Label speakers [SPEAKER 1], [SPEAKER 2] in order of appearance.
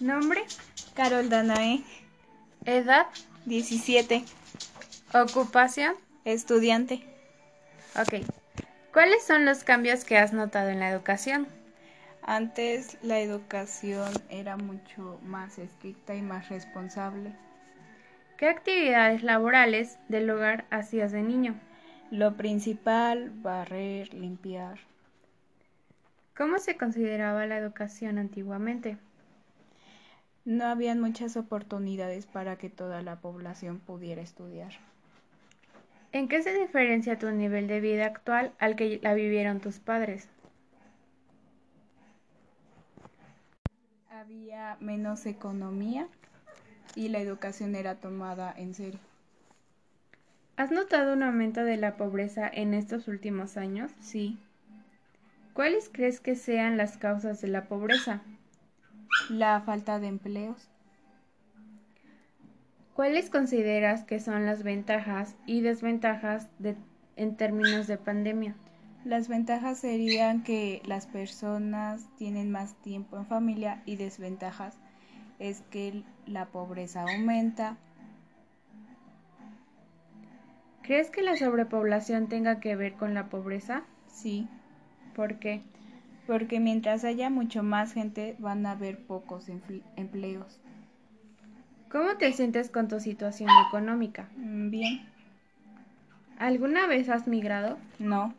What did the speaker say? [SPEAKER 1] Nombre,
[SPEAKER 2] Carol Danae,
[SPEAKER 1] edad,
[SPEAKER 2] 17,
[SPEAKER 1] ocupación.
[SPEAKER 2] estudiante.
[SPEAKER 1] Ok. ¿Cuáles son los cambios que has notado en la educación?
[SPEAKER 2] Antes la educación era mucho más estricta y más responsable.
[SPEAKER 1] ¿Qué actividades laborales del hogar hacías de niño?
[SPEAKER 2] Lo principal, barrer, limpiar.
[SPEAKER 1] ¿Cómo se consideraba la educación antiguamente?
[SPEAKER 2] No habían muchas oportunidades para que toda la población pudiera estudiar.
[SPEAKER 1] ¿En qué se diferencia tu nivel de vida actual al que la vivieron tus padres?
[SPEAKER 2] Había menos economía y la educación era tomada en serio.
[SPEAKER 1] ¿Has notado un aumento de la pobreza en estos últimos años?
[SPEAKER 2] Sí,
[SPEAKER 1] ¿Cuáles crees que sean las causas de la pobreza?
[SPEAKER 2] la falta de empleos,
[SPEAKER 1] ¿Cuáles consideras que son las ventajas y desventajas de- en términos de pandemia?
[SPEAKER 2] Las ventajas serían que las personas tienen más tiempo en familia y desventajas es que la pobreza aumenta.
[SPEAKER 1] ¿Crees que la sobrepoblación tenga que ver con la pobreza?
[SPEAKER 2] Sí,
[SPEAKER 1] ¿Por qué?
[SPEAKER 2] porque mientras haya mucho más gente van a haber pocos empl- empleos.
[SPEAKER 1] ¿Cómo te sientes con tu situación económica?
[SPEAKER 2] Mm, Bien,
[SPEAKER 1] ¿Alguna vez has migrado?
[SPEAKER 2] no,